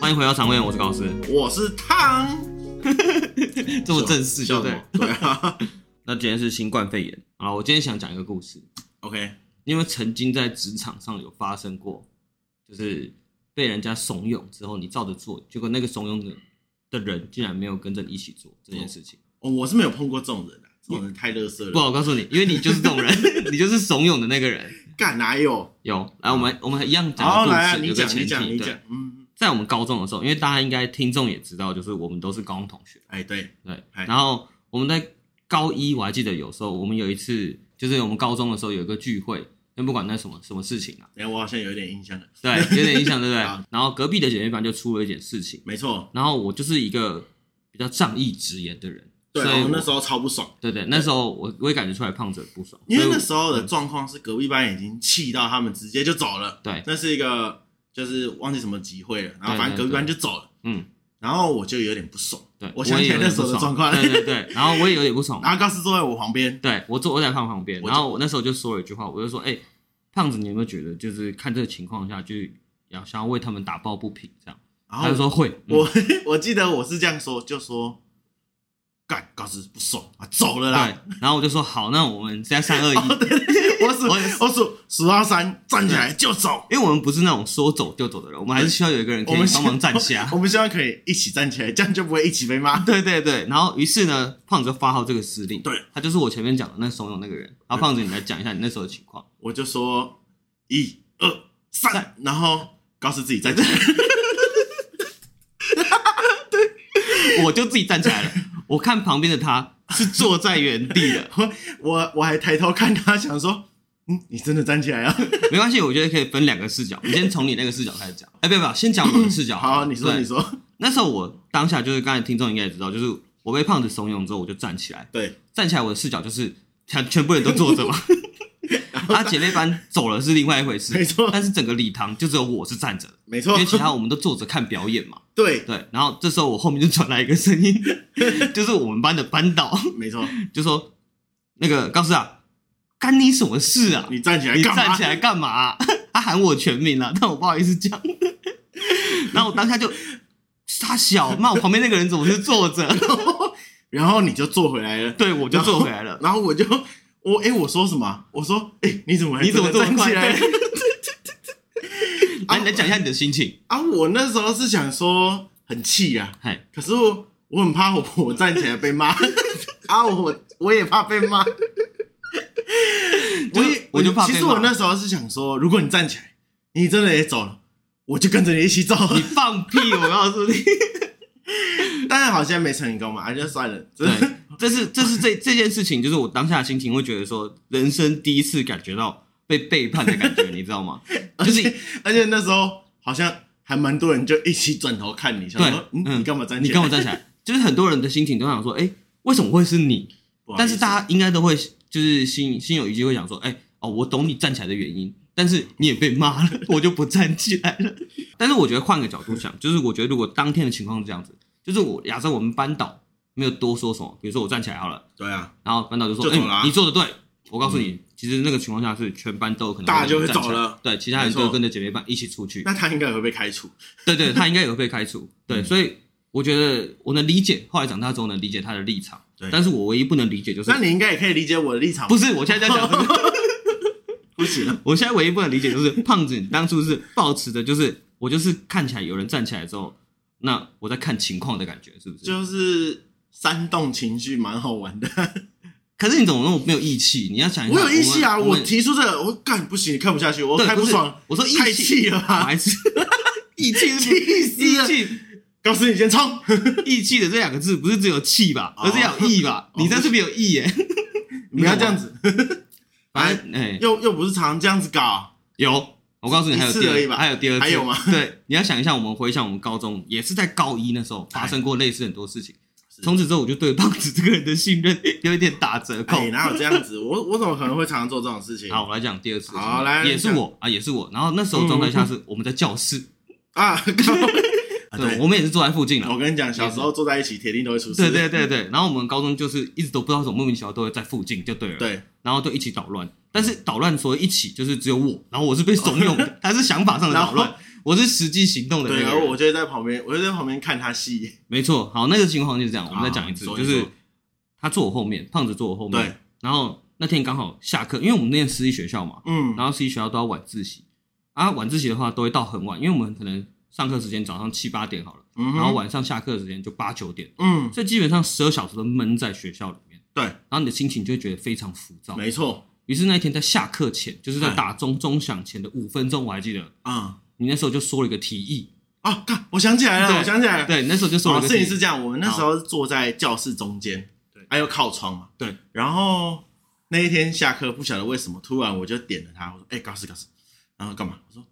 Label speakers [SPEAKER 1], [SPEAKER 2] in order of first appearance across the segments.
[SPEAKER 1] 欢迎回到常规，我是高 斯，
[SPEAKER 2] 我是汤，
[SPEAKER 1] 这么正式
[SPEAKER 2] 笑
[SPEAKER 1] 对不
[SPEAKER 2] 什
[SPEAKER 1] 对
[SPEAKER 2] 么？？对啊
[SPEAKER 1] 那今天是新冠肺炎啊，我今天想讲一个故事，
[SPEAKER 2] ，OK，
[SPEAKER 1] 因为曾经在职场上有发生过，就是被人家怂恿之后，你照着做，结果那个怂恿的的人竟然没有跟着你一起做这件事情。
[SPEAKER 2] 哦，我是没有碰过这种人啊，这种人太乐色
[SPEAKER 1] 不
[SPEAKER 2] 了，
[SPEAKER 1] 好，我告诉你，因为你就是这种 人，你就是怂恿的那个人。
[SPEAKER 2] 干哪有？
[SPEAKER 1] 有，来，我们我们一样讲
[SPEAKER 2] 好，
[SPEAKER 1] 故事，
[SPEAKER 2] 来啊，
[SPEAKER 1] 有
[SPEAKER 2] 你
[SPEAKER 1] 个
[SPEAKER 2] 讲，你
[SPEAKER 1] 前
[SPEAKER 2] 讲，
[SPEAKER 1] 提。
[SPEAKER 2] 你讲
[SPEAKER 1] 对，，
[SPEAKER 2] 嗯，
[SPEAKER 1] 在我们高中的时候，因为大家应该听众也知道，就是我们都是高中同学。
[SPEAKER 2] 哎，对，
[SPEAKER 1] 对，
[SPEAKER 2] 嗨
[SPEAKER 1] 然后我们在高一，我还记得有时候我们有一次，就是我们高中的时候有一个聚会，那不管那什么什么事情 啊，
[SPEAKER 2] 哎，我好像有点印象了，
[SPEAKER 1] 对，有点影响，对不对
[SPEAKER 2] 好？
[SPEAKER 1] 然后隔壁的姐妹班就出了一点事情，
[SPEAKER 2] 没错，
[SPEAKER 1] 然后我就是一个比较仗义直言的人，
[SPEAKER 2] 对，
[SPEAKER 1] 所以
[SPEAKER 2] 我
[SPEAKER 1] 我
[SPEAKER 2] 那时候超不爽，
[SPEAKER 1] 对对，那时候我我也感觉出来胖子不爽，
[SPEAKER 2] 因为
[SPEAKER 1] 所以
[SPEAKER 2] 那
[SPEAKER 1] 我
[SPEAKER 2] 时候的状况是隔壁班已经气到他们直接就走了，
[SPEAKER 1] 嗯对
[SPEAKER 2] 那是一个就是忘记什么集会了，然后
[SPEAKER 1] 对
[SPEAKER 2] 反正
[SPEAKER 1] 对
[SPEAKER 2] 隔壁班就
[SPEAKER 1] 对
[SPEAKER 2] 走了，
[SPEAKER 1] 嗯
[SPEAKER 2] 然后我就有点不爽，
[SPEAKER 1] 对，
[SPEAKER 2] 我想起来
[SPEAKER 1] 也有点
[SPEAKER 2] 那时候的
[SPEAKER 1] 不爽
[SPEAKER 2] 状况
[SPEAKER 1] 对对对，然后我也有点不爽，
[SPEAKER 2] 然后高斯坐在我旁边，
[SPEAKER 1] 对我坐我在胖旁边，
[SPEAKER 2] 我
[SPEAKER 1] 然后我那时候就说了一句话，我就说，哎、胖子，你有没有觉得就是看这个情况下，就是要想要为他们打抱不平这样？
[SPEAKER 2] 然
[SPEAKER 1] 他
[SPEAKER 2] 后
[SPEAKER 1] 就说会，嗯
[SPEAKER 2] 我 我记得我是这样说，就说干高斯不爽啊，走了啦。
[SPEAKER 1] 对，然后我就说好，那我们再三二一，
[SPEAKER 2] 哦，对对对，我数
[SPEAKER 1] 我嗯
[SPEAKER 2] 我数数到三，站起来就走。
[SPEAKER 1] 因为我们不是那种说走就走的人，我们还是需要有一个人可
[SPEAKER 2] 我
[SPEAKER 1] 以
[SPEAKER 2] 们希。
[SPEAKER 1] 帮忙站下
[SPEAKER 2] 我们希望可以一起站起来，这样就不会一起被骂。
[SPEAKER 1] 对对对，然后于是呢，胖子就发号这个司令，
[SPEAKER 2] 对，
[SPEAKER 1] 他就是我前面讲的那怂恿那个人。然后胖子，你来讲一下你那时候的情况。
[SPEAKER 2] 我就说一二三，然后高斯自己站起来，
[SPEAKER 1] 我就自己站起 来了，我看旁边的他是坐在原地的，
[SPEAKER 2] 我我还抬头看他，想说，嗯，你真的站起来啊？
[SPEAKER 1] 没关系，我觉得可以分两个视角，你先从你那个视角开始讲。哎，不要不要，先讲我的视角。
[SPEAKER 2] 好，你说
[SPEAKER 1] 对
[SPEAKER 2] 你说，
[SPEAKER 1] 那时候我当下就是刚才听众应该也知道，就是我被胖子怂恿之后，我就站起来，
[SPEAKER 2] 对，
[SPEAKER 1] 站起来我的视角就是全全部人都坐 着嘛。啊，姐妹班走了是另外一回
[SPEAKER 2] 没
[SPEAKER 1] 事，
[SPEAKER 2] 错
[SPEAKER 1] 但是整个礼堂就只有我是站着的，
[SPEAKER 2] 没
[SPEAKER 1] 因
[SPEAKER 2] 错
[SPEAKER 1] 为，其他我们都坐着看表演嘛。
[SPEAKER 2] 对，
[SPEAKER 1] 对，然后这时候我后面就传来一个声音， 就是我们班的班导
[SPEAKER 2] 没错，
[SPEAKER 1] 就说：“那个高斯啊，干你什么事啊？
[SPEAKER 2] 你站起来
[SPEAKER 1] 你
[SPEAKER 2] 干嘛？
[SPEAKER 1] 站起来干嘛啊、他喊我全名了、但我不好意思讲。然后我当下就傻小，骂我旁边那个人怎么是坐着？
[SPEAKER 2] 然后你就坐回来了。
[SPEAKER 1] 对，我就坐回来了。
[SPEAKER 2] 然后我 就我哎、我说什么啊？我说哎、你怎么还
[SPEAKER 1] 你怎么这么
[SPEAKER 2] 站
[SPEAKER 1] 快
[SPEAKER 2] 起来？
[SPEAKER 1] 来，你来讲一下你的心情。
[SPEAKER 2] 啊，我那时候是想说很气啊，
[SPEAKER 1] 嗨，
[SPEAKER 2] 可是我我很怕我我站起来被骂 啊，我我也怕被 骂。我也
[SPEAKER 1] 我就怕被骂
[SPEAKER 2] 其实我那时候是想说，如果你站起来，你真的也走了，我就跟着你一起走。
[SPEAKER 1] 你放 屁！我告诉你，
[SPEAKER 2] 但是好像没成功嘛，啊，就算了。真的
[SPEAKER 1] 对，这是这是这这件事情，就是我当下的心情会觉得说，人生第一次感觉到被背叛的感觉，你知道吗？ 就是
[SPEAKER 2] 而且那时候好像还蛮多人就一起转头看你，想说
[SPEAKER 1] 对
[SPEAKER 2] 嗯，
[SPEAKER 1] 嗯
[SPEAKER 2] 你干嘛站起
[SPEAKER 1] 你
[SPEAKER 2] 来？
[SPEAKER 1] 跟我站起来，就是很多人的心情都想说，哎、为什么会是你？
[SPEAKER 2] 不好意思？
[SPEAKER 1] 但是大家应该都会就是心心有余悸，会想说，哎、哦，我懂你站起来的原因，但是你也被骂了，我就不站起来了。 但是我觉得换个角度想，就是我觉得如果当天的情况是这样子，就是我假设我们班导没有多说什么，比如说我站起来好了，
[SPEAKER 2] 对啊，
[SPEAKER 1] 然后班导就说，
[SPEAKER 2] 就
[SPEAKER 1] 哎、
[SPEAKER 2] 走了啊
[SPEAKER 1] 你做的对。我告诉你，其实那个情况下是全班都有可能
[SPEAKER 2] 大家就会
[SPEAKER 1] 站起来
[SPEAKER 2] 走了，
[SPEAKER 1] 对，其他人
[SPEAKER 2] 没
[SPEAKER 1] 都
[SPEAKER 2] 错
[SPEAKER 1] 会跟着姐妹班一起出去。
[SPEAKER 2] 那他应该也会被开除。
[SPEAKER 1] 对对，他应该也会被开除。对，
[SPEAKER 2] 嗯
[SPEAKER 1] 所以我觉得我能理解，后来长大之后能理解他的立场。
[SPEAKER 2] 对
[SPEAKER 1] 但是我唯一不能理解就是
[SPEAKER 2] 那，你应该也可以理解我的立场，啊
[SPEAKER 1] 不是我现在在讲这 个，
[SPEAKER 2] 不行了，
[SPEAKER 1] 我现在唯一不能理解就是胖子，你当初是抱持的就是我就是看起来有人站起来之后，那我在看情况的感觉，是不是？
[SPEAKER 2] 就是煽动情绪蛮好玩的。
[SPEAKER 1] 可是你怎么那么没有义气？ 你要想一下，
[SPEAKER 2] 我有义气啊，
[SPEAKER 1] 们
[SPEAKER 2] 我
[SPEAKER 1] 们
[SPEAKER 2] 提出这个，我干不行，看不下去，我
[SPEAKER 1] 对
[SPEAKER 2] 太
[SPEAKER 1] 不
[SPEAKER 2] 不
[SPEAKER 1] 是
[SPEAKER 2] 爽，
[SPEAKER 1] 我说义
[SPEAKER 2] 太
[SPEAKER 1] 气，
[SPEAKER 2] 气了
[SPEAKER 1] 我
[SPEAKER 2] 吧，
[SPEAKER 1] 还是义气是不是
[SPEAKER 2] 气死
[SPEAKER 1] 义
[SPEAKER 2] 了！
[SPEAKER 1] 气
[SPEAKER 2] 告诉你 先冲，
[SPEAKER 1] 义气的这两个字不是只有气吧，而是要有义吧？
[SPEAKER 2] 哦
[SPEAKER 1] 你这是没有义耶、你懂吗
[SPEAKER 2] 不要这样子，
[SPEAKER 1] 反正哎、
[SPEAKER 2] 又又不是常这样子搞，
[SPEAKER 1] 有，我告诉你，还有第
[SPEAKER 2] 一次而已
[SPEAKER 1] 二，
[SPEAKER 2] 吧
[SPEAKER 1] 还有第二次，
[SPEAKER 2] 还有吗？
[SPEAKER 1] 对，你要想一下，我们回想我们高中，也是在高一那时候发生过类似很多事情。
[SPEAKER 2] 是
[SPEAKER 1] 从此之后，我就对胖子这个人的信任有一点打折扣。
[SPEAKER 2] 哎，哪有这样子？我我怎么可能会常常做这种事情？
[SPEAKER 1] 好，我来讲第二次。
[SPEAKER 2] 好来
[SPEAKER 1] 也是
[SPEAKER 2] 你讲
[SPEAKER 1] 我啊，也是我。然后那时候状态下是我们在教室，
[SPEAKER 2] 啊，靠啊
[SPEAKER 1] 对，
[SPEAKER 2] 对，哦
[SPEAKER 1] 我们也是坐在附近了
[SPEAKER 2] 我。跟你讲，小时候坐在一起，铁定都会出事。
[SPEAKER 1] 对对对对，然后我们高中就是一直都不知道为什么莫名其妙都会在附近，就对了。，
[SPEAKER 2] 对，
[SPEAKER 1] 然后就一 起捣乱，但是捣乱说一起就是只有我，然后我是被怂恿的，他是想法上的
[SPEAKER 2] 然
[SPEAKER 1] 捣
[SPEAKER 2] 后
[SPEAKER 1] 乱，我是实际行动的那
[SPEAKER 2] 对，
[SPEAKER 1] 个
[SPEAKER 2] 然
[SPEAKER 1] 人。
[SPEAKER 2] 后我就在旁边，我就在旁边看他戏。
[SPEAKER 1] 没错，好，那个情况就是这样，我们再讲一次，
[SPEAKER 2] 好
[SPEAKER 1] 就
[SPEAKER 2] 你啊说你
[SPEAKER 1] 是
[SPEAKER 2] 说
[SPEAKER 1] 他坐我后面，胖子坐我后面，
[SPEAKER 2] 对，
[SPEAKER 1] 然后那天刚好下课，因为我们念私立学校嘛，
[SPEAKER 2] 嗯，
[SPEAKER 1] 然后私立学校都要晚自习，啊，晚自习的话都会到很晚，因为我们可能上课时间早上七八点好了，
[SPEAKER 2] 嗯哼
[SPEAKER 1] 然后晚上下课的时间就八九点，
[SPEAKER 2] 嗯，
[SPEAKER 1] 所以基本上十二小时都闷在学校里面，
[SPEAKER 2] 对，
[SPEAKER 1] 然后你的心情就会觉得非常浮躁。
[SPEAKER 2] 没错，
[SPEAKER 1] 于是那天在下课前，就是在
[SPEAKER 2] 哎
[SPEAKER 1] 打钟钟响前的五分钟，我还记得
[SPEAKER 2] 嗯，
[SPEAKER 1] 你那时候就说了一个提议，
[SPEAKER 2] 啊，看，我想起来了，
[SPEAKER 1] 对
[SPEAKER 2] 我想起来了，
[SPEAKER 1] 对，你那时候就说了
[SPEAKER 2] 哦，
[SPEAKER 1] 一个
[SPEAKER 2] 事
[SPEAKER 1] 提
[SPEAKER 2] 情
[SPEAKER 1] 议，
[SPEAKER 2] 是这样，我们那时候是坐在教室中间，
[SPEAKER 1] 对
[SPEAKER 2] 还有靠窗嘛，
[SPEAKER 1] 对。
[SPEAKER 2] 然后那一天下课，不晓得为什么，突然我就点了他，我说：“哎、高斯高斯。”然后干嘛？我说：“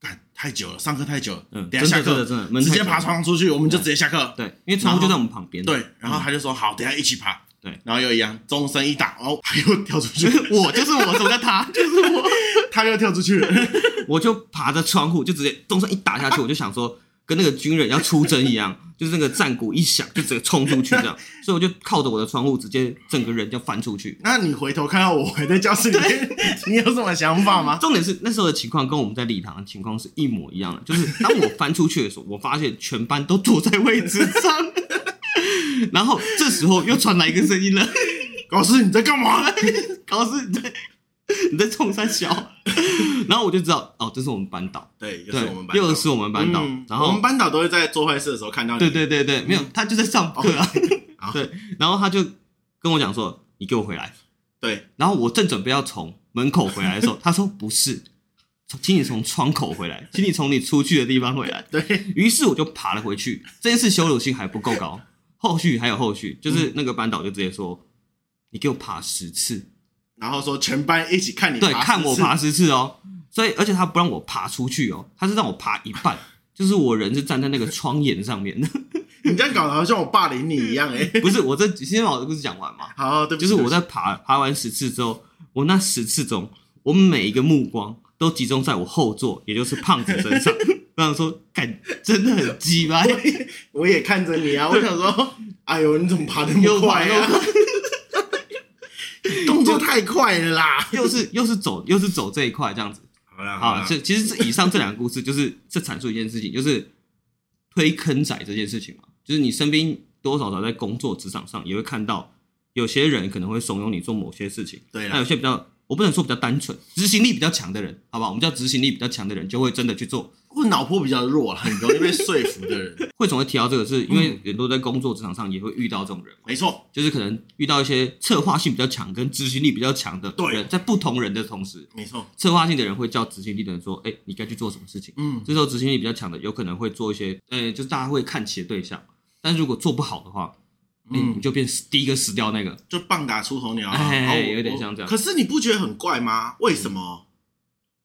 [SPEAKER 2] 干太久了，上课太久了，
[SPEAKER 1] 嗯，真
[SPEAKER 2] 等一
[SPEAKER 1] 的
[SPEAKER 2] 下下
[SPEAKER 1] 真
[SPEAKER 2] 课
[SPEAKER 1] 的真的，闷
[SPEAKER 2] 直
[SPEAKER 1] 太
[SPEAKER 2] 接
[SPEAKER 1] 久
[SPEAKER 2] 爬
[SPEAKER 1] 了，嗯
[SPEAKER 2] 窗出去，我们就直接下课。
[SPEAKER 1] 对，因为窗户就在我们旁边，
[SPEAKER 2] 对，然后他就说：“好，等一下一起爬。”
[SPEAKER 1] 嗯对，
[SPEAKER 2] 然后又一样，钟声一打，哦，他又跳出去
[SPEAKER 1] 就，是 我就是我，怎么叫 他？就是我，
[SPEAKER 2] 他又跳出去 了。
[SPEAKER 1] 我就爬着窗户，就直接钟声一打下去，我就想说，跟那个军人要出征一样，就是那个战鼓一响，就直接冲出去这样。所以我就靠着我的窗户，直接整个人就翻出去。
[SPEAKER 2] 那你回头看到我还在教室里面， 你有什么想法吗？
[SPEAKER 1] 重点是那时候的情况跟我们在礼堂的情况是一模一样的，就是当我翻出去的时候，我发现全班都坐在位置上，然后这时候又传来一个声音了，
[SPEAKER 2] 老师你在干嘛？
[SPEAKER 1] 老师你在你在冲三小，然后我就知道哦，这是我们班导，
[SPEAKER 2] 对，又
[SPEAKER 1] 对
[SPEAKER 2] 是我们，班
[SPEAKER 1] 又
[SPEAKER 2] 导
[SPEAKER 1] 是我们班导
[SPEAKER 2] 嗯，
[SPEAKER 1] 然
[SPEAKER 2] 我
[SPEAKER 1] 后
[SPEAKER 2] 们班导都会在做坏事的时候看啊到你。哦
[SPEAKER 1] 对对对对，没有，他就在上课啊。
[SPEAKER 2] 好
[SPEAKER 1] 对，然后他就跟我讲说：“你给我回来。
[SPEAKER 2] 对”
[SPEAKER 1] 然后我正准备要从门口回来的时候， 他说：“不是，请你从窗口回来，请你从你出去的地方回来。
[SPEAKER 2] 对，”
[SPEAKER 1] 于是我就爬了回去。这件事羞辱性还不够高，后续还有后续，
[SPEAKER 2] 嗯
[SPEAKER 1] 就是那个班导就直接说：“你给我爬十次。”
[SPEAKER 2] 然后说全班一起看你爬
[SPEAKER 1] 对，
[SPEAKER 2] 十次，
[SPEAKER 1] 看我爬十次哦。所以，而且他不让我爬出去哦，他是让我爬一半，就是我人是站在那个窗沿上面的。
[SPEAKER 2] 你这样搞得好像我霸凌你一样哎、
[SPEAKER 1] 不是，我这先把我的故事讲完嘛。
[SPEAKER 2] 好，对不
[SPEAKER 1] 就
[SPEAKER 2] 起，
[SPEAKER 1] 是我
[SPEAKER 2] 在
[SPEAKER 1] 在爬爬完十次之后，我那十次中，我每一个目光都集中在我后座，也就是胖子身上。 我想说，感真的很鸡巴，
[SPEAKER 2] 我也看着 你啊，我想说，哎呦，你怎么爬那
[SPEAKER 1] 又
[SPEAKER 2] 么
[SPEAKER 1] 滑
[SPEAKER 2] 快
[SPEAKER 1] 又
[SPEAKER 2] 啊？动作太快了啦！
[SPEAKER 1] 又是又是走又是走这一块这样子。
[SPEAKER 2] 好啦
[SPEAKER 1] 好，这其实是以上这两个故事，就是这阐述一件事情，就是推坑仔这件事情嘛，就是你身边多多少少在工作职场上也会看到，有些人可能会怂恿你做某些事情，
[SPEAKER 2] 对啊
[SPEAKER 1] 那有
[SPEAKER 2] 啦，
[SPEAKER 1] 些比较，我不能说比较单纯，执行力比较强的人，好不好？我们叫执行力比较强的人，就会真的去做。
[SPEAKER 2] 我脑波比较弱啦，很容易被说服的 人，
[SPEAKER 1] 会总会提到这个是，因
[SPEAKER 2] 嗯
[SPEAKER 1] 为很多在工作职场上也会遇到这种人，
[SPEAKER 2] 没错，
[SPEAKER 1] 就是可能遇到一些策划性比较强跟执行力比较强的
[SPEAKER 2] 对
[SPEAKER 1] 人，在不同人的同时，
[SPEAKER 2] 没错，
[SPEAKER 1] 策划性的人会叫执行力的人说：“哎、你该去做什么事情。”
[SPEAKER 2] 嗯，
[SPEAKER 1] 这时候执行力比较强的，有可能会做一些，呃、就是大家会看齐的对象。但是如果做不好的话，哎、
[SPEAKER 2] 嗯
[SPEAKER 1] 你就变死第一个死掉那个。
[SPEAKER 2] 就棒打出头鸟啊，
[SPEAKER 1] 哎
[SPEAKER 2] 然后我
[SPEAKER 1] 有点像这样嗯
[SPEAKER 2] 可是你不觉得很怪吗？为什么？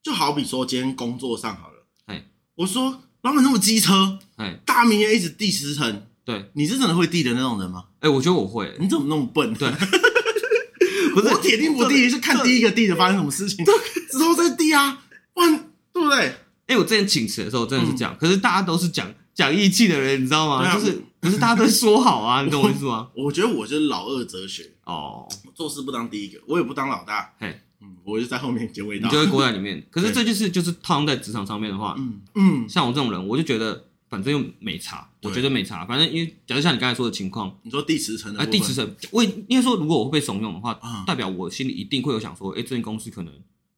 [SPEAKER 2] 就好比说今天工作上好了，
[SPEAKER 1] 哎
[SPEAKER 2] 我说老板那么机车，
[SPEAKER 1] 哎、
[SPEAKER 2] 大明也一直递时辰，
[SPEAKER 1] 对，哎、
[SPEAKER 2] 你是真的会递的那种人吗？
[SPEAKER 1] 我觉得我会、
[SPEAKER 2] 你怎么那么笨？
[SPEAKER 1] 对
[SPEAKER 2] 不是我铁定不递，是看第一个递的发生什么事情，之后再递啊，不然对不对？
[SPEAKER 1] 因为哎我之前请辞的时候真的是这样，可是大家都是讲讲义气的人，你知道吗？
[SPEAKER 2] 嗯对啊
[SPEAKER 1] 就是可是大家都说好 啊，你懂我意思吗？
[SPEAKER 2] 我觉得我就是老二哲学，
[SPEAKER 1] 哦，
[SPEAKER 2] 我做事不当第一个，我也不当老大，
[SPEAKER 1] 嘿，
[SPEAKER 2] 嗯，我就在后面结尾
[SPEAKER 1] 你
[SPEAKER 2] 道
[SPEAKER 1] 就。会裹在里面。可是
[SPEAKER 2] 啊对
[SPEAKER 1] 这就是就是套用在职场上面的话，
[SPEAKER 2] 嗯嗯，
[SPEAKER 1] 像我这种人，我就觉得反正又没差，我
[SPEAKER 2] 对
[SPEAKER 1] 觉得没差。反正因为假设像你刚才说的情况，
[SPEAKER 2] 你说第十层的
[SPEAKER 1] 哎，
[SPEAKER 2] 部
[SPEAKER 1] 第
[SPEAKER 2] 分
[SPEAKER 1] 十层，我应该说如果我会被怂恿的话，
[SPEAKER 2] 啊，
[SPEAKER 1] 代表我心里一定会有想说，哎，这间公司可能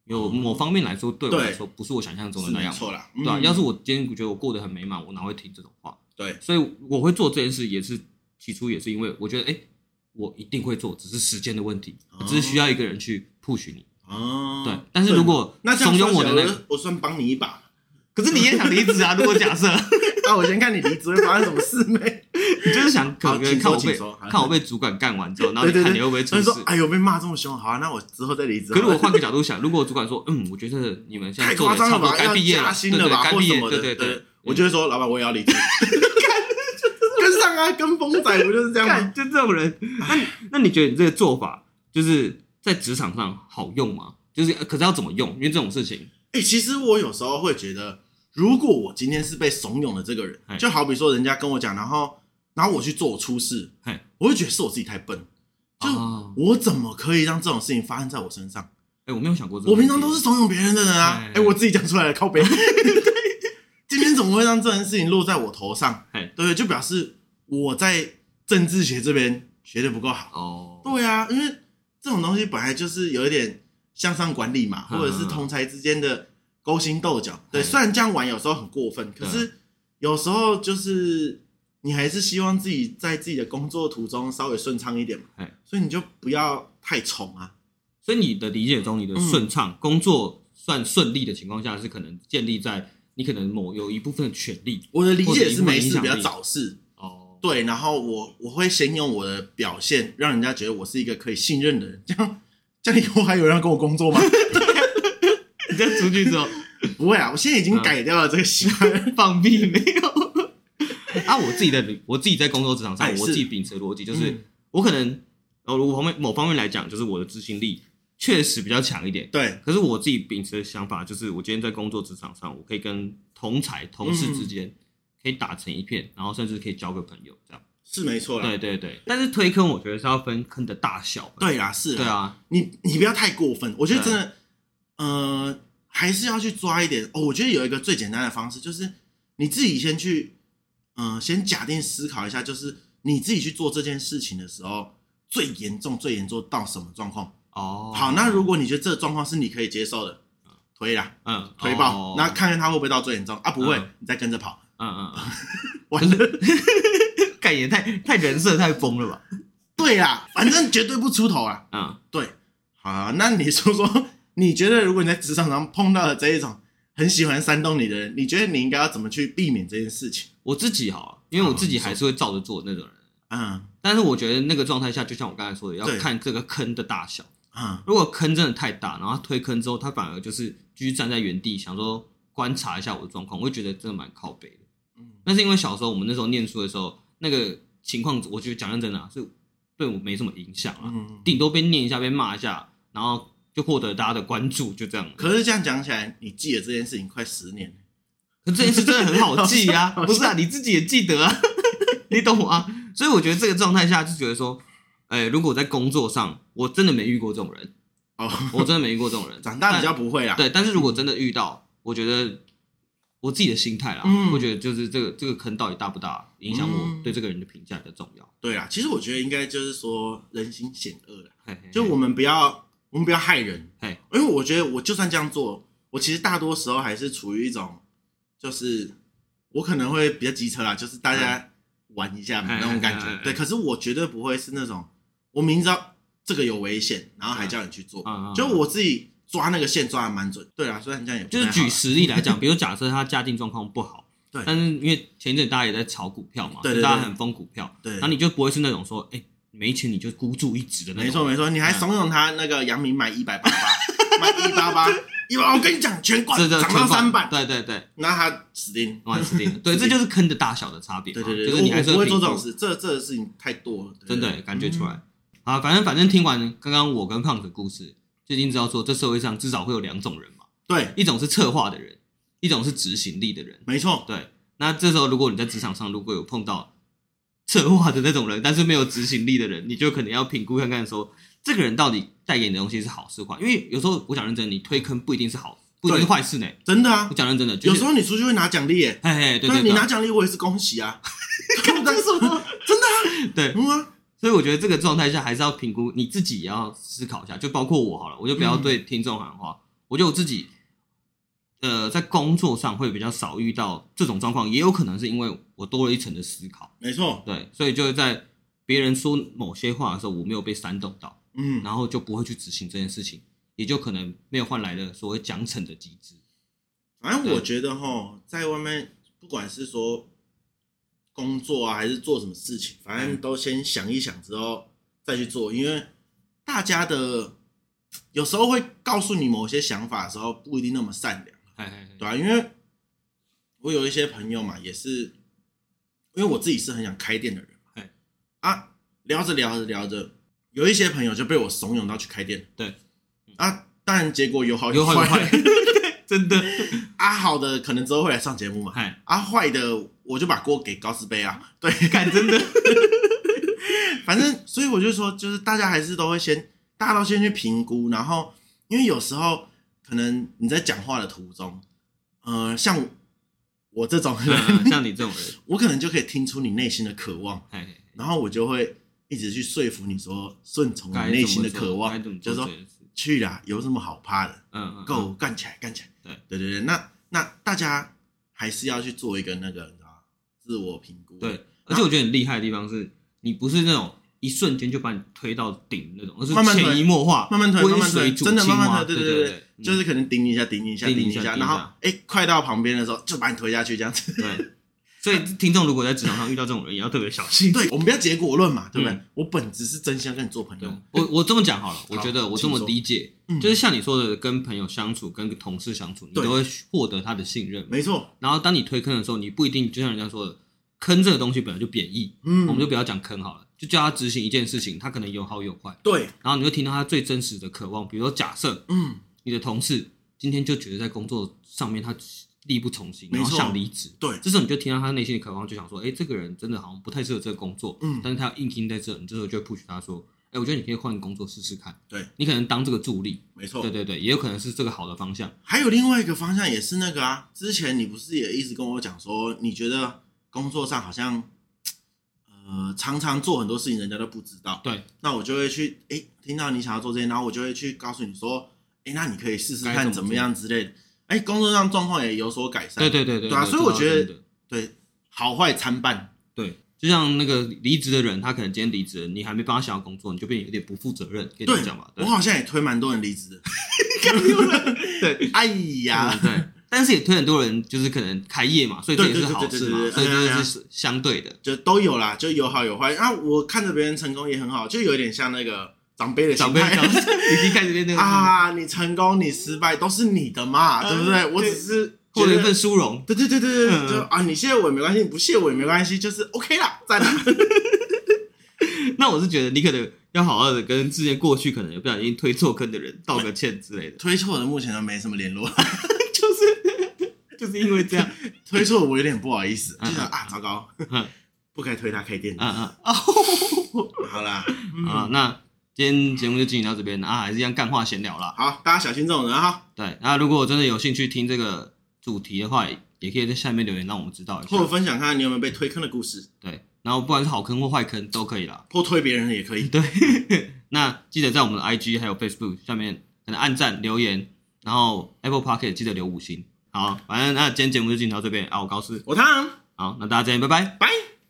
[SPEAKER 1] 有某方面来说对我
[SPEAKER 2] 哦对
[SPEAKER 1] 来说不是我想象中
[SPEAKER 2] 是
[SPEAKER 1] 的那
[SPEAKER 2] 没
[SPEAKER 1] 样，
[SPEAKER 2] 错啦，
[SPEAKER 1] 对吧？
[SPEAKER 2] 嗯
[SPEAKER 1] 要是我今天觉得我过得很美满，我哪会听这种话？
[SPEAKER 2] 对
[SPEAKER 1] 所以我会做这件事，也是起初也是因为我觉得，哎、我一定会做，只是时间的问题
[SPEAKER 2] 哦，
[SPEAKER 1] 只是需要一个人去 push 你。
[SPEAKER 2] 哦，
[SPEAKER 1] 对，但是如果
[SPEAKER 2] 那这样
[SPEAKER 1] 怂恿我
[SPEAKER 2] 说起
[SPEAKER 1] 的
[SPEAKER 2] 来
[SPEAKER 1] 那个，
[SPEAKER 2] 我就我算帮你一把。
[SPEAKER 1] 可是你也想离职 啊？如果假设
[SPEAKER 2] 那我先看你离职会发生什么 事没？
[SPEAKER 1] 你就是想
[SPEAKER 2] 好
[SPEAKER 1] 看
[SPEAKER 2] 请
[SPEAKER 1] 看
[SPEAKER 2] 说
[SPEAKER 1] 我
[SPEAKER 2] 请
[SPEAKER 1] 被
[SPEAKER 2] 说好
[SPEAKER 1] 看我被主管干完之后，然后
[SPEAKER 2] 对
[SPEAKER 1] 你
[SPEAKER 2] 对
[SPEAKER 1] 看
[SPEAKER 2] 对，
[SPEAKER 1] 你会不会出
[SPEAKER 2] 他
[SPEAKER 1] 事
[SPEAKER 2] 说？哎呦，被骂这么凶，好啊，那我之后再离职。
[SPEAKER 1] 可是我换个角度想，如果主管说，嗯，我觉得你们现在
[SPEAKER 2] 太
[SPEAKER 1] 做
[SPEAKER 2] 夸
[SPEAKER 1] 的
[SPEAKER 2] 张
[SPEAKER 1] 差
[SPEAKER 2] 了
[SPEAKER 1] 不多
[SPEAKER 2] 吧？
[SPEAKER 1] 该
[SPEAKER 2] 要
[SPEAKER 1] 毕业
[SPEAKER 2] 加
[SPEAKER 1] 了，
[SPEAKER 2] 薪
[SPEAKER 1] 对
[SPEAKER 2] 了
[SPEAKER 1] 对，
[SPEAKER 2] 吧，
[SPEAKER 1] 该
[SPEAKER 2] 或
[SPEAKER 1] 毕
[SPEAKER 2] 什
[SPEAKER 1] 业，
[SPEAKER 2] 么
[SPEAKER 1] 对
[SPEAKER 2] 的。
[SPEAKER 1] 对对，
[SPEAKER 2] 我就会说，老板，我也要 离职。跟上啊，跟风仔不就是这样吗？
[SPEAKER 1] 干就这种人，那你那你觉得你这个做法就是在职场上好用吗？就是呃可是要怎么用？因为这种事情，
[SPEAKER 2] 哎，其实我有时候会觉得，如果我今天是被怂恿的这个人
[SPEAKER 1] 哎，
[SPEAKER 2] 就好比说人家跟我讲，然后然后我去做，我出事
[SPEAKER 1] 哎，
[SPEAKER 2] 我会觉得是我自己太笨，就
[SPEAKER 1] 哦
[SPEAKER 2] 我怎么可以让这种事情发生在我身上？
[SPEAKER 1] 哎、我没有想过这个
[SPEAKER 2] 我
[SPEAKER 1] 问题。
[SPEAKER 2] 平常都是怂恿别人的人啊，
[SPEAKER 1] 哎
[SPEAKER 2] 哎，我自己讲出来了，靠别人。今天么会让这件事情落在我头上？
[SPEAKER 1] 嘿
[SPEAKER 2] 对不对？就表示我在政治学这边学的不够好。
[SPEAKER 1] 哦，
[SPEAKER 2] 对啊，因为这种东西本来就是有一点向上管理嘛，
[SPEAKER 1] 嗯
[SPEAKER 2] 或者是同才之间的勾心斗角。对，
[SPEAKER 1] 嗯
[SPEAKER 2] 虽然这样玩有时候很过分，可是有时候就是你还是希望自己在自己的工作途中稍微顺畅一点嘛
[SPEAKER 1] 哎。
[SPEAKER 2] 所以你就不要太宠啊。
[SPEAKER 1] 所以你的理解中，你的
[SPEAKER 2] 嗯
[SPEAKER 1] 顺畅、工作算顺利的情况下，是可能建立在你可能某有一部分的权利
[SPEAKER 2] 我的理解是
[SPEAKER 1] 或
[SPEAKER 2] 没
[SPEAKER 1] 者影
[SPEAKER 2] 事
[SPEAKER 1] 响
[SPEAKER 2] 不要
[SPEAKER 1] 力
[SPEAKER 2] 找事，
[SPEAKER 1] 哦，
[SPEAKER 2] 对，然后我我会先用我的表现，让人家觉得我是一个可以信任的人。这样这样以后还有人要跟我工 作吗？
[SPEAKER 1] 你在出去之后
[SPEAKER 2] 不会啊，我现在已
[SPEAKER 1] 嗯
[SPEAKER 2] 经改掉了 这个习惯。
[SPEAKER 1] 放屁没有？ 啊，我自己的理我自己在工作职场上，
[SPEAKER 2] 哎是
[SPEAKER 1] 我自己秉持的逻辑就是，
[SPEAKER 2] 嗯
[SPEAKER 1] 我可能呃，我方面某方面来讲，就是我的执行力确实比较强一点。
[SPEAKER 2] 对，
[SPEAKER 1] 可是我自己秉持的想法就是，我今天在工作职场上，我可以跟同才同事之间可以打成一片，然后甚至可以交个朋友这样。
[SPEAKER 2] 是没错啦。
[SPEAKER 1] 对啊对对，但是推坑我觉得是要分坑的大小吧。
[SPEAKER 2] 对啦，是啦
[SPEAKER 1] 对啊，
[SPEAKER 2] 你你不要太过分，我觉得真的，呃，还是要去抓一点。哦，我觉得有一个最简单的方式，就是你自己先去，嗯、先假定思考一下，就是你自己去做这件事情的时候，最严重、最严重到什么状况？
[SPEAKER 1] 哦，
[SPEAKER 2] 好，那如果你觉得这个状况是你可以接受的，推啦，
[SPEAKER 1] 嗯
[SPEAKER 2] 推爆，
[SPEAKER 1] 哦
[SPEAKER 2] 那看看他会不会到最严重啊？不会，
[SPEAKER 1] 嗯
[SPEAKER 2] 你再跟着跑，
[SPEAKER 1] 嗯嗯
[SPEAKER 2] 完了。
[SPEAKER 1] 嗯，概念太太人设太疯了吧？
[SPEAKER 2] 对啦，反正绝对不出头啊。
[SPEAKER 1] 嗯，
[SPEAKER 2] 对，好啊，那你说说， 你觉得如果你在职场上碰到了这一种很喜欢煽动你的人，你觉得你应该要怎么去避免这件事情？
[SPEAKER 1] 我自己好了，啊因为我自己还是会照着做的那种人。
[SPEAKER 2] 嗯
[SPEAKER 1] 但是我觉得那个状态下，就像我刚才说的，要
[SPEAKER 2] 对
[SPEAKER 1] 看这个坑的大小。
[SPEAKER 2] 嗯，
[SPEAKER 1] 如果坑真的太大，然后他推坑之后，他反而就是继续站在原地，想说观察一下我的状况，我会觉得真的蛮靠北的。
[SPEAKER 2] 嗯
[SPEAKER 1] 那是因为小时候我们那时候念书的时候，那个情况，我觉得讲认真的、啊，是对我没什么影响啊，
[SPEAKER 2] 嗯。
[SPEAKER 1] 顶多被念一下，被骂一下，然后就获得大家的关注，就这样了。
[SPEAKER 2] 可是这样讲起来，你记得这件事情快十年了，
[SPEAKER 1] 可这件事真的很好记啊，
[SPEAKER 2] 好像
[SPEAKER 1] 不是啊，你自己也记得啊， 你懂我啊？所以我觉得这个状态下就觉得说，哎、如果我在工作上，我真的没遇过这种人，
[SPEAKER 2] 哦，。
[SPEAKER 1] 我真的没遇过这种人
[SPEAKER 2] 长大比较不会啊啦。
[SPEAKER 1] 对，但是如果真的遇到，我觉得我自己的心态啦，
[SPEAKER 2] 嗯
[SPEAKER 1] 我觉得就是这个这个坑到底大不大，影响
[SPEAKER 2] 嗯
[SPEAKER 1] 我对这个人的评价比较重要。
[SPEAKER 2] 对啊啦，其实我觉得应该就是说人心险恶啊啦，
[SPEAKER 1] 嘿嘿
[SPEAKER 2] 就我们不要我们不要害人，
[SPEAKER 1] 嘿
[SPEAKER 2] 因为我觉得我就算这样做，我其实大多时候还是处于一种，就是我可能会比较机车啦，就是大家玩一下嘛、
[SPEAKER 1] 哎
[SPEAKER 2] 那种感
[SPEAKER 1] 哎哎哎
[SPEAKER 2] 觉。对，可是我绝对不会是那种我明知道这个有危险，然后还叫你去做，
[SPEAKER 1] 嗯嗯嗯
[SPEAKER 2] 就我自己抓那个线抓的蛮准。对啊啦，虽然这样也不
[SPEAKER 1] 就是
[SPEAKER 2] 太好啦
[SPEAKER 1] 举实例来 讲，比如假设他家境状况不好，
[SPEAKER 2] 对
[SPEAKER 1] 但是因为前一阵大家也在炒股票嘛，
[SPEAKER 2] 对对
[SPEAKER 1] 就大家
[SPEAKER 2] 对
[SPEAKER 1] 很疯股票，
[SPEAKER 2] 对啊
[SPEAKER 1] 然后你就不会是那种说，哎、没钱你就嗯孤注一掷的那种，
[SPEAKER 2] 没错没错，你还怂恿他那个杨明买一百八八，买一八八，一八我跟你讲全馆
[SPEAKER 1] 这
[SPEAKER 2] 涨
[SPEAKER 1] 这
[SPEAKER 2] 到三百，
[SPEAKER 1] 对对对，
[SPEAKER 2] 那他死定。
[SPEAKER 1] 完死定了。对，这就是坑的大小的差别嘛。
[SPEAKER 2] 对对对，
[SPEAKER 1] 就是你
[SPEAKER 2] 我
[SPEAKER 1] 还是
[SPEAKER 2] 我不会
[SPEAKER 1] 评
[SPEAKER 2] 做
[SPEAKER 1] 估
[SPEAKER 2] 这种，事，这这个事情太多了，对嗯
[SPEAKER 1] 真
[SPEAKER 2] 对
[SPEAKER 1] 的感觉出来。啊，反正反正听完刚刚我跟胖子的故事，就已经知道说这社会上至少会有两种人嘛，
[SPEAKER 2] 对，
[SPEAKER 1] 一种是策划的人，一种是执行力的人。
[SPEAKER 2] 没错，
[SPEAKER 1] 对，那这时候如果你在职场上如果有碰到策划的那种人，但是没有执行力的人，你就可能要评估看看说，这个人到底带给你的东西是好是坏。因为有时候我讲认真，你推坑不一定是好，不一定是
[SPEAKER 2] 对
[SPEAKER 1] 坏事呢。
[SPEAKER 2] 真的啊
[SPEAKER 1] 我，讲认真的，就
[SPEAKER 2] 有
[SPEAKER 1] 是
[SPEAKER 2] 时候你出去会拿奖励耶，
[SPEAKER 1] 嘿嘿，对
[SPEAKER 2] 那
[SPEAKER 1] 对
[SPEAKER 2] 你
[SPEAKER 1] 对，
[SPEAKER 2] 拿奖励我也是恭喜 啊，看这什么？ 真的啊，
[SPEAKER 1] 对
[SPEAKER 2] 嗯啊，
[SPEAKER 1] 所以我觉得这个状态下还是要评估你自己，也要思考一下。就包括我好了，我就不
[SPEAKER 2] 嗯
[SPEAKER 1] 要对听众喊话。我觉得我自己，呃，在工作上会比较少遇到这种状况，也有可能是因为我多了一层的思考，
[SPEAKER 2] 没错，
[SPEAKER 1] 对，所以就是在别人说某些话的时候，我没有被煽动到，
[SPEAKER 2] 嗯，
[SPEAKER 1] 然后就不会去执行这件事情，也就可能没有换来的所谓奖惩的机制。
[SPEAKER 2] 反
[SPEAKER 1] 嗯
[SPEAKER 2] 正我觉得哈，在外面不管是说工作啊，还是做什么事情，
[SPEAKER 1] 嗯
[SPEAKER 2] 反正都先想一想之后再去做，因为大家的有时候会告诉你某些想法的时候，不一定那么善良。
[SPEAKER 1] 嘿嘿嘿
[SPEAKER 2] 对啊，因为我有一些朋友嘛，也是因为我自己是很想开店的人嘛
[SPEAKER 1] 哎，
[SPEAKER 2] 啊，聊着聊着聊着，有一些朋友就被我怂恿到去开店，
[SPEAKER 1] 对，
[SPEAKER 2] 啊，当然结果有好
[SPEAKER 1] 有坏有
[SPEAKER 2] 坏，
[SPEAKER 1] 坏， 真的，
[SPEAKER 2] 啊，好的可能之后会来上节目嘛，
[SPEAKER 1] 嗨，
[SPEAKER 2] 啊，坏的我就把锅给高斯杯啊，对，
[SPEAKER 1] 看真 的，
[SPEAKER 2] 反正，所以我就说，就是大家还是都会先，大家都先去评估，然后，因为有时候可能你在讲话的途中，呃，像我我这种人，
[SPEAKER 1] 嗯像你这种人，
[SPEAKER 2] 我可能就可以听出你内心的渴望，
[SPEAKER 1] 哎，
[SPEAKER 2] 然后我就会一直去说服你说顺从
[SPEAKER 1] 该
[SPEAKER 2] 你
[SPEAKER 1] 怎
[SPEAKER 2] 内
[SPEAKER 1] 么
[SPEAKER 2] 心的
[SPEAKER 1] 做
[SPEAKER 2] 渴
[SPEAKER 1] 该
[SPEAKER 2] 望
[SPEAKER 1] 怎么，做
[SPEAKER 2] 就说
[SPEAKER 1] 这件事
[SPEAKER 2] 去啦，有什么好怕的？
[SPEAKER 1] 嗯，嗯，
[SPEAKER 2] 够干起来，干起来。
[SPEAKER 1] 对
[SPEAKER 2] 对对对，那那大家还是要去做一个那个你知道吗自我评估。
[SPEAKER 1] 对，而且我觉得很厉害的地方是，你不是那种一瞬间就把你推到顶那种，而是
[SPEAKER 2] 慢慢推
[SPEAKER 1] 潜移默化，
[SPEAKER 2] 慢慢推，慢
[SPEAKER 1] 温
[SPEAKER 2] 慢推，
[SPEAKER 1] 水煮
[SPEAKER 2] 真的
[SPEAKER 1] 青
[SPEAKER 2] 慢
[SPEAKER 1] 蛙，
[SPEAKER 2] 慢推，
[SPEAKER 1] 对
[SPEAKER 2] 对
[SPEAKER 1] 对
[SPEAKER 2] 对，就是可能顶你一下，顶你一下，
[SPEAKER 1] 顶你
[SPEAKER 2] 顶
[SPEAKER 1] 一
[SPEAKER 2] 一
[SPEAKER 1] 下
[SPEAKER 2] 下，
[SPEAKER 1] 顶一
[SPEAKER 2] 然
[SPEAKER 1] 下
[SPEAKER 2] 后哎，快到旁边的时候就把你推下去，这 样子。
[SPEAKER 1] 对。所以听众如果在职场上遇到这种人，也要特别小心。
[SPEAKER 2] 对，我们不要结果论嘛，对不对
[SPEAKER 1] 嗯？
[SPEAKER 2] 我本质是真心要跟你做朋
[SPEAKER 1] 对
[SPEAKER 2] 友，
[SPEAKER 1] 我我这么讲好了，我觉得
[SPEAKER 2] 好
[SPEAKER 1] 我这么理解
[SPEAKER 2] 请说嗯，
[SPEAKER 1] 就是像你说的，跟朋友相处、跟同事相处，你
[SPEAKER 2] 对
[SPEAKER 1] 都会获得他的信任嘛。
[SPEAKER 2] 没错。
[SPEAKER 1] 然后当你推坑的时候，你不一定就像人家说的，坑这个东西本来就贬义，
[SPEAKER 2] 嗯，
[SPEAKER 1] 我们就不要讲坑好了，就叫他执行一件事情，他可能有好有坏，
[SPEAKER 2] 对，
[SPEAKER 1] 然后你会听到他最真实的渴望。比如说，假设
[SPEAKER 2] 嗯，
[SPEAKER 1] 你的同事今天就觉得在工作上面他力不从心，
[SPEAKER 2] 没
[SPEAKER 1] 然
[SPEAKER 2] 错
[SPEAKER 1] 后想离职，
[SPEAKER 2] 对
[SPEAKER 1] 这时候你就听到他内心的渴望，就想说，哎，这个人真的好像不太适合这个工作，
[SPEAKER 2] 嗯
[SPEAKER 1] 但是他要硬拼在这，你这时候就会 push 他说，哎，我觉得你可以换个工作试试看，
[SPEAKER 2] 对
[SPEAKER 1] 你可能当这个助力，
[SPEAKER 2] 没错
[SPEAKER 1] 对。对对，也有可能是这个好的方向，
[SPEAKER 2] 还有另外一个方向也是那个啊，之前你不是也一直跟我讲说，你觉得工作上好像，呃，常常做很多事情人家都不知道，
[SPEAKER 1] 对，
[SPEAKER 2] 那我就会去，哎、听到你想要做这些，然后我就会去告诉你说，哎、那你可以试试
[SPEAKER 1] 该怎
[SPEAKER 2] 看
[SPEAKER 1] 么
[SPEAKER 2] 怎么样之类的，哎、工作上状况也有所改善，
[SPEAKER 1] 对对对对
[SPEAKER 2] 对啊所以我觉
[SPEAKER 1] 这倒
[SPEAKER 2] 得
[SPEAKER 1] 是真的
[SPEAKER 2] 对好坏参半，
[SPEAKER 1] 对，就像那个离职的人，他可能今天离职了，你还没帮他想要工作，你就变得有点不负责任，可以这
[SPEAKER 2] 对
[SPEAKER 1] 么讲吧？，对
[SPEAKER 2] 我好像也推蛮多人 离职的，
[SPEAKER 1] 对
[SPEAKER 2] 哎
[SPEAKER 1] 对
[SPEAKER 2] 呀，
[SPEAKER 1] 对。但是也推很多人，就是可能开业嘛，所以这也是好事嘛
[SPEAKER 2] 对对对对对对，
[SPEAKER 1] 所以
[SPEAKER 2] 哎呀
[SPEAKER 1] 这
[SPEAKER 2] 哎呀
[SPEAKER 1] 是相对的。
[SPEAKER 2] 就都有啦，就有好有坏，啊，我看着别人成功也很好，就有点像那个长辈的心
[SPEAKER 1] 长辈
[SPEAKER 2] 态。
[SPEAKER 1] 讲已经开始变那个，
[SPEAKER 2] 啊，你成功你失败都是你的嘛，
[SPEAKER 1] 嗯
[SPEAKER 2] 对不对？
[SPEAKER 1] 对
[SPEAKER 2] 我只是
[SPEAKER 1] 获
[SPEAKER 2] 觉
[SPEAKER 1] 得一
[SPEAKER 2] 得
[SPEAKER 1] 份，殊荣。
[SPEAKER 2] 对对对对
[SPEAKER 1] 嗯
[SPEAKER 2] 对，就啊，你谢我也没关系，你不谢我也没关系，就是 OK 啦，赞啊啦。
[SPEAKER 1] 那我是觉得你可能要好好的跟之前过去可能有不小心推错坑的人道个歉之类的，
[SPEAKER 2] 推错的目前都没什么联 络，
[SPEAKER 1] 就是因为这样，
[SPEAKER 2] 推错我有点不好意思，就
[SPEAKER 1] 嗯
[SPEAKER 2] 想啊，糟糕
[SPEAKER 1] 嗯，
[SPEAKER 2] 不该推他开店。
[SPEAKER 1] 啊啊啊！
[SPEAKER 2] 好啦，
[SPEAKER 1] 好那今天节目就进行到这边啊，还是一样干话闲聊啦。
[SPEAKER 2] 好，大家小心这种人啊哈，
[SPEAKER 1] 对，那如果真的有兴趣听这个主题的话，也可以在下面留言让我们知道一
[SPEAKER 2] 或者
[SPEAKER 1] 下。
[SPEAKER 2] 分享看看你有没有被推坑的故事，
[SPEAKER 1] 对，然后不管是好坑或坏坑都可以啦。
[SPEAKER 2] 或推别人的也可以。
[SPEAKER 1] 对，那记得在我们的 IG 还有 Facebook 下面可能按赞留言，然后 Apple p o c k e t 记得留五星。好，反正那今天节目就进行到这边啊，我高斯，
[SPEAKER 2] 我汤，
[SPEAKER 1] 好，那大家再见，拜拜。
[SPEAKER 2] 拜。